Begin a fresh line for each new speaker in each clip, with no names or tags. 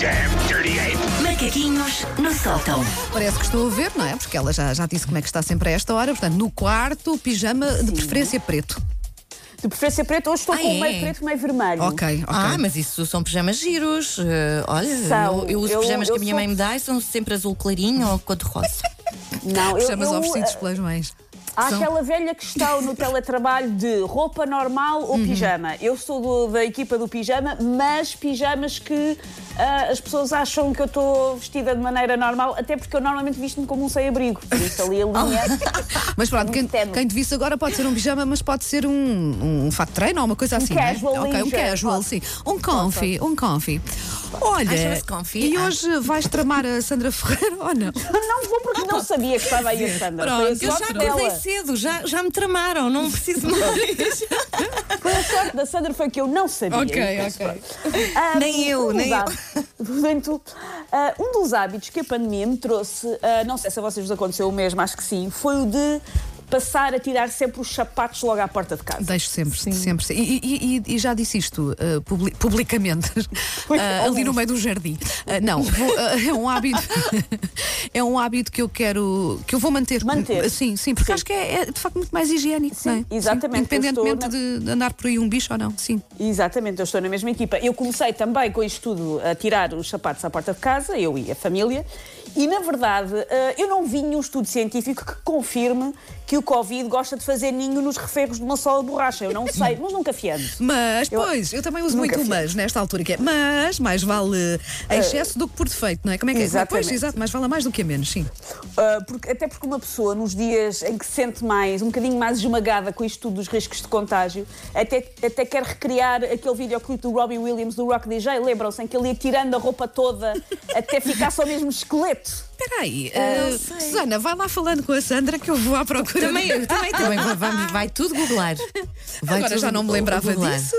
damn dirty ape!
Macaquinhos no sótão.
Parece que estou a ver, não é? Porque ela já, já disse como é que está sempre a esta hora. Portanto, no quarto, pijama de preferência preto.
De preferência preto, hoje estou
Ah,
com um
é?
meio preto, meio vermelho.
Ok, ok.
Ah, mas isso são pijamas giros. Eh, olha,
São.
eu, eu uso
Eu-
pijamas que
eu
a minha
sou-
mãe me dá e são sempre azul clarinho ou cor de rosa.
Não, eu,
Pijamas
eu,
oferecidos
ah,
pelas mães.
Há
São-
aquela velha questão no teletrabalho de roupa normal ou pijama. Eu sou do- da equipa do pijama, mas pijamas que ah, as pessoas acham que eu estou vestida de maneira normal, até porque eu normalmente visto-me como um sem-abrigo. Por isso ali a linha. é-
Mas pronto, quem,
temo.
quem te visse agora pode ser um pijama, mas pode ser um, um fato de treino ou uma coisa assim. não é?
casual
Ok, um
ligeiro,
casual,
pode.
sim. Um comfy, um comfy.
Ah,
Olha,
chama-se comfy,
e
ah.
hoje vais tramar a Sandra Ferreira ou não?
não vou porque não sabia que estava aí a Sandra. Foi a
eu já
sorte dela.
acordei cedo, já, já me tramaram, não preciso mais.
Foi a sorte da Sandra foi que eu não sabia.
Ok,
Isso,
ok.
pronto. Ah,
Nem eu,
dos
nem eu.
hábitos- nem tu. Ah, um dos hábitos que a pandemia me trouxe, ah, não sei se a vocês vos aconteceu o mesmo, acho que sim, foi o de passar a tirar sempre os sapatos logo à porta de casa.
Deixo sempre, sempre. sempre. E, e- e- e já disse isto uh, publi- publicamente, uh, ali no meio do jardim. Uh, não, vou- uh, é um hábito. é um hábito que eu quero. que eu vou manter. Uh,
Manter.
Sim, sim, porque
Sim.
acho que é, é, de facto muito mais higiênico,
Sim,
não é?
exatamente.
Independentemente
Eu estou
de andar por aí um bicho ou não, sim.
Exatamente, eu estou na mesma equipa. Eu comecei também com isto tudo a tirar os sapatos à porta de casa, eu e a família, e na verdade ah, eu não vi nenhum estudo científico que confirme que o Covid gosta de fazer ninho nos referros de uma sola de borracha. Eu não sei, mas nunca fiando.
Mas,
Eu-
pois, eu também uso muito
Nunca
o
fiz. Eh,
mas nesta altura, que é mas, mais vale em excesso do que por defeito, não é? Como é que é? Pois,
Exatamente.
exato, mais vale a mais do que a menos, sim.
Uh, porque- até porque uma pessoa, nos dias em que se sente mais, um bocadinho mais esmagada com isto tudo dos riscos de contágio, até, até quer recriar aquele videoclipe do Robbie Williams, do Rock DJ, lembram-se, em que ele ia tirando a roupa toda até ficar só mesmo esqueleto.
Espera
Eh,
aí, uh, Susana, vai lá falando com a Sandra que eu vou à procura.
também, eu também, também. vai- Vai, vai tudo googlar. Vai
Agora
tudo
já não me
go-
lembrava
googlar.
disso.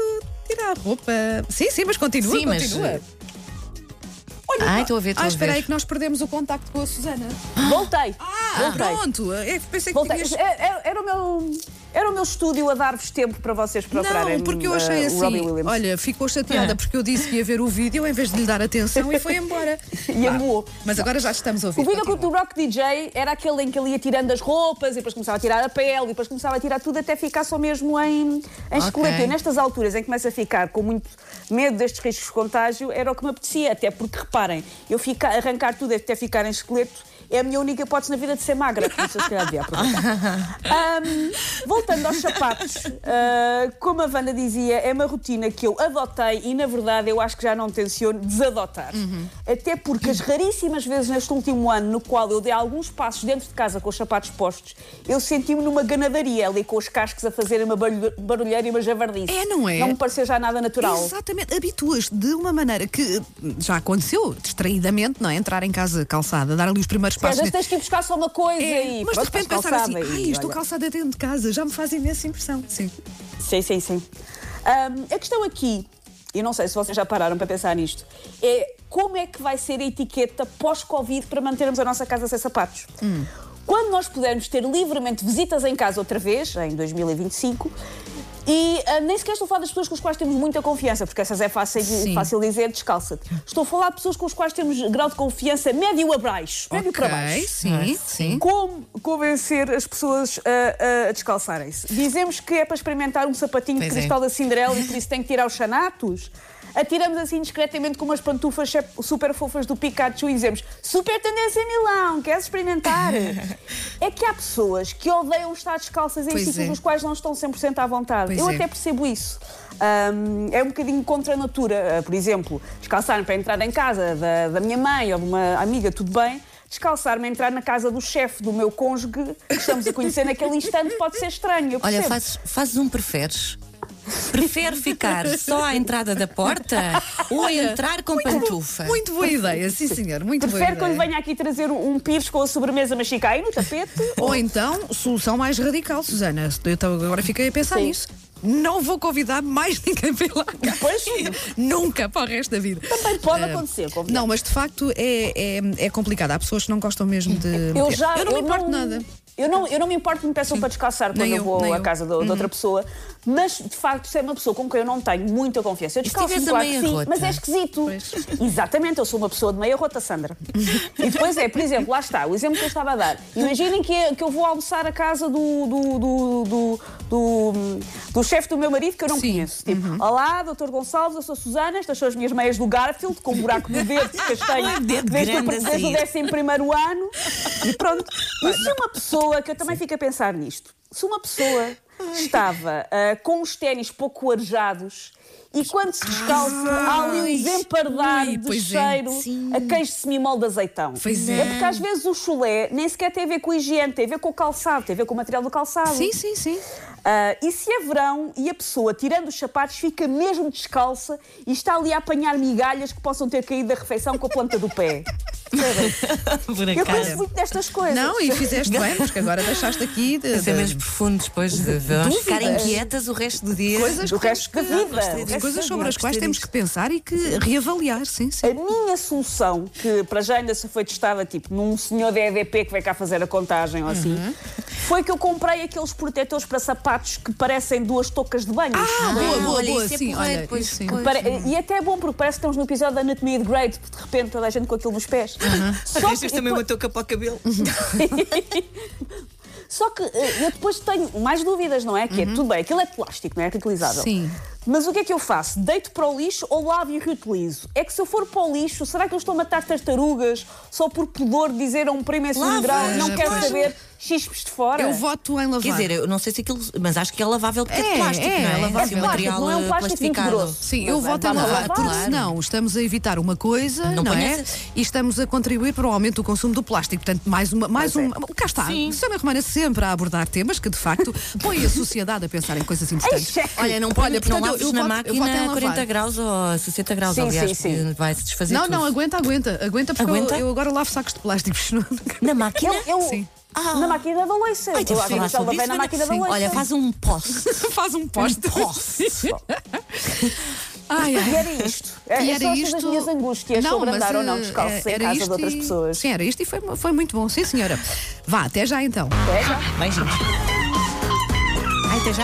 Tirar a roupa. Sim, sim, mas continua,
Sim, mas,
continua.
eh, Ai, estou a ver, estou
ah,
a
espera aí
ver.
que nós perdemos o contacto com a Susana.
Voltei.
Ah,
voltei.
pronto. É, pensei que
Voltei.
tinhas...
É- é- Era, o meu. Era o meu estúdio a dar-vos tempo para vocês procurarem
Não, porque eu
uh,
achei
o Robbie
assim.
Williams.
Olha, ficou chateada
Ah.
porque eu disse que ia ver o vídeo em vez de lhe dar atenção e foi embora.
E amou.
Mas agora já estamos a ouvir.
O videoclip do
continua.
Rock DJ era aquele em que ele ia tirando as roupas, e depois começava a tirar a pele, e depois começava a tirar tudo até ficar só mesmo em, em esqueleto. E nestas alturas em que começa a ficar com muito medo destes riscos de contágio, era o que me apetecia, até porque reparem, eu fica, arrancar tudo até ficar em esqueleto é a minha única hipótese na vida de ser magra, por isso eu se calhar devia aproveitar. Ahm, voltando aos sapatos, ah, como a Wanda dizia, é uma rotina que eu adotei e, na verdade, eu acho que já não tenciono desadotar. Até porque as raríssimas vezes neste último ano no qual eu dei alguns passos dentro de casa com os sapatos postos, eu senti-me numa ganadaria ali com os cascos a fazerem uma barulho- barulheira e uma javardice.
É, não é?
Não me pareceu já nada natural.
Exatamente, habituas de uma maneira que eh, já aconteceu, distraídamente, não é? Entrar em casa calçada, dar ali os primeiros
Às
passos.
vezes tens que ir buscar só uma coisa
É,
e
mas de
pronto,
repente
estás
pensar assim,
calçada e
ai, estou
olha."
calçada dentro de casa, já me faz imensa impressão. Sim.
Sim, sim, sim. Ahm, a questão aqui, e não sei se vocês já pararam para pensar nisto, é como é que vai ser a etiqueta pós-Covid para mantermos a nossa casa sem sapatos? Quando nós pudermos ter livremente visitas em casa outra vez, em 2025, e ah, nem sequer estou a falar das pessoas com as quais temos muita confiança, porque essas é fácil,
Sim.
fácil dizer, descalça-te. Estou a falar de pessoas com as quais temos grau de confiança médio abaixo, médio para baixo.
sim, Ah, sim.
Como convencer as pessoas a, a descalçarem-se? Dizemos que é para experimentar um sapatinho
Pois
de
é.
cristal da Cinderela e por isso tem que tirar os chanatos? Atiramos assim discretamente com umas pantufas chep- super fofas do Pikachu e dizemos super tendência em Milão, queres experimentar? é que há pessoas que odeiam estar descalças em
Pois
sítios
é.
nos quais não estão 100% à vontade.
Pois
Eu
é.
até percebo isso. Ahm, é um bocadinho contra a natura. Ah, por exemplo, descalçar-me para entrar em casa da, da minha mãe ou de uma amiga, tudo bem. Descalçar-me a entrar na casa do chefe do meu cônjuge, que estamos a conhecer naquele instante, pode ser estranho. Eu
Olha,
percebo.
fazes, fazes um preferes. Prefere ficar só à entrada da porta ou entrar com pantufa?
Muito boa ideia, sim senhor, muito
É. Prefere
boa
quando
ideia.
venha aqui trazer um pires com a sobremesa mexicana no tapete.
Ou então, solução mais radical, Susana, eu estou- agora fiquei a pensar
Sim.
nisso. Não vou convidar mais ninguém pela casa.
Pois.
Nunca, para o resto da vida. Ah,
Também pode acontecer, convenhamos.
Não, mas de facto é, é, é complicado. Há pessoas que não gostam mesmo de.
Eu já
não me importo nada.
Eu não, eu não me importo que me peçam para descalçar quando
Nem
eu,
eu,
vou
nem
à
eu.
casa do- de outra pessoa, Mas, de facto, se é uma pessoa com quem eu não tenho muita confiança, eu
E se
descalço-me,
tivesse a
claro
meia
que sim,
rota?
mas é esquisito. Exatamente, eu sou uma pessoa de meia rota, Sandra. e depois é, por exemplo, lá está, o exemplo que eu estava a dar. Imaginem que, é- que eu vou almoçar à casa do, do, do, do, do, do chefe do meu marido, que eu não
Sim.
conheço. Tipo, olá, doutor Gonçalves, eu sou a Susana, estas são as minhas meias do Garfield, com um buraco no dedo, porque as
é
tenho
dedo
desde, o-
grande a
assim.
desde o
sair.
11 primeiro ano. E pronto. E se uma pessoa, que eu também fico a pensar nisto, se uma pessoa estava ah, com os ténis pouco arejados e quando se descalça há ali um
Ai,
desempardar
ui,
de
pois é,
cheiro a queijo semimol de azeitão.
Pois
é
é.
porque às vezes o chulé nem sequer tem a ver com a higiene, tem a ver com o calçado, tem a ver com o material do calçado.
Sim, sim, sim.
Ah, e se é verão e a pessoa, tirando os sapatos, fica mesmo descalça e está ali a apanhar migalhas que possam ter caído da refeição com a planta do pé?
Por
Eu penso
acaso.
muito destas coisas.
Não, e fizeste bem, porque agora deixaste aqui de,
Pensamentos
de-
profundos depois de, de elas ficarem inquietas o resto do dia.
coisas,
do
que temos
resto
que-
da vida.
de
É, O resto da
coisas sobre
vida.
as quais temos que pensar e que reavaliar, sim, sim.
A minha solução, que para já ainda se foi testada, tipo, num senhor da EDP que vai cá fazer a contagem ou assim, foi que eu comprei aqueles protetores para sapatos que parecem duas toucas de banho.
Ah, boa, boa,
olha,
boa,
isso é
sim,
porreiro,
olha,
pois,
isso sim.
pois.
Pare- E até é bom porque parece que estamos no episódio da Anatomia de Grey, de repente toda a gente com aquilo nos pés. Só que-
Arranjas também uma touca para o cabelo.
Só que eh, eu depois tenho mais dúvidas, não é? Que
Uhum.
é tudo bem, aquilo é de plástico, não é? Reutilizável.
Sim.
Mas o que é que eu faço? Deito para o lixo ou lavo e reutilizo? É que se eu for para o lixo, será que eu estou a matar tartarugas só por pudor de dizer a um primo em segundo
Lavas,
grau, não
pois.
quero saber, chispes de fora?
Eu voto em lavar.
Quer dizer, eu não sei se aquilo. Mas acho que é lavável porque é,
É,
de plástico,
é,
não é? Assim,
lavável.
um
É
plástico,
material
não é um
eh,
plástico muito
plastificado.
grosso.
Sim, eu
Mas
voto em
vai para
lavar,
lavar.
porque senão estamos a evitar uma coisa, não,
Não
é?
ponhas-
E estamos a contribuir para o aumento do consumo do plástico. Portanto, mais uma. Mais
Pois é.
uma Cá está. Susana Romana sempre a abordar temas que, de facto, põem a sociedade a pensar em coisas importantes.
chefe.
Olha, não, olha, não
portanto, eu-
laves
eu
na
voto- eu voto em
máquina a
lavar.
40 graus ou a 60 graus,
Sim,
aliás,
sim, sim.
porque vai se desfazer.
Não,
tudo.
não, aguenta, aguenta. Aguenta, porque eu-
Aguenta?
Eu, agora lavo sacos de plástico.
Na máquina?
Eu, eu-
Sim.
na máquina da louça.
Ah. Ai,
eu
temos que falar
já
sobre
lavei
isso.
na
não é?
máquina da
Sim.
louça.
Olha, faz um post.
Faz um poste. ai, ai.
E era isto.
E
É, São
era
estas
isto.
as minhas angústias sobre
mas,
andar ou não
eh,
descalço em
era
casa de
isto
outras
e-
pessoas.
Sim, era isto e foi, foi muito bom. Sim, senhora. Vá, até já então.
Beijinhos. Ai, até já.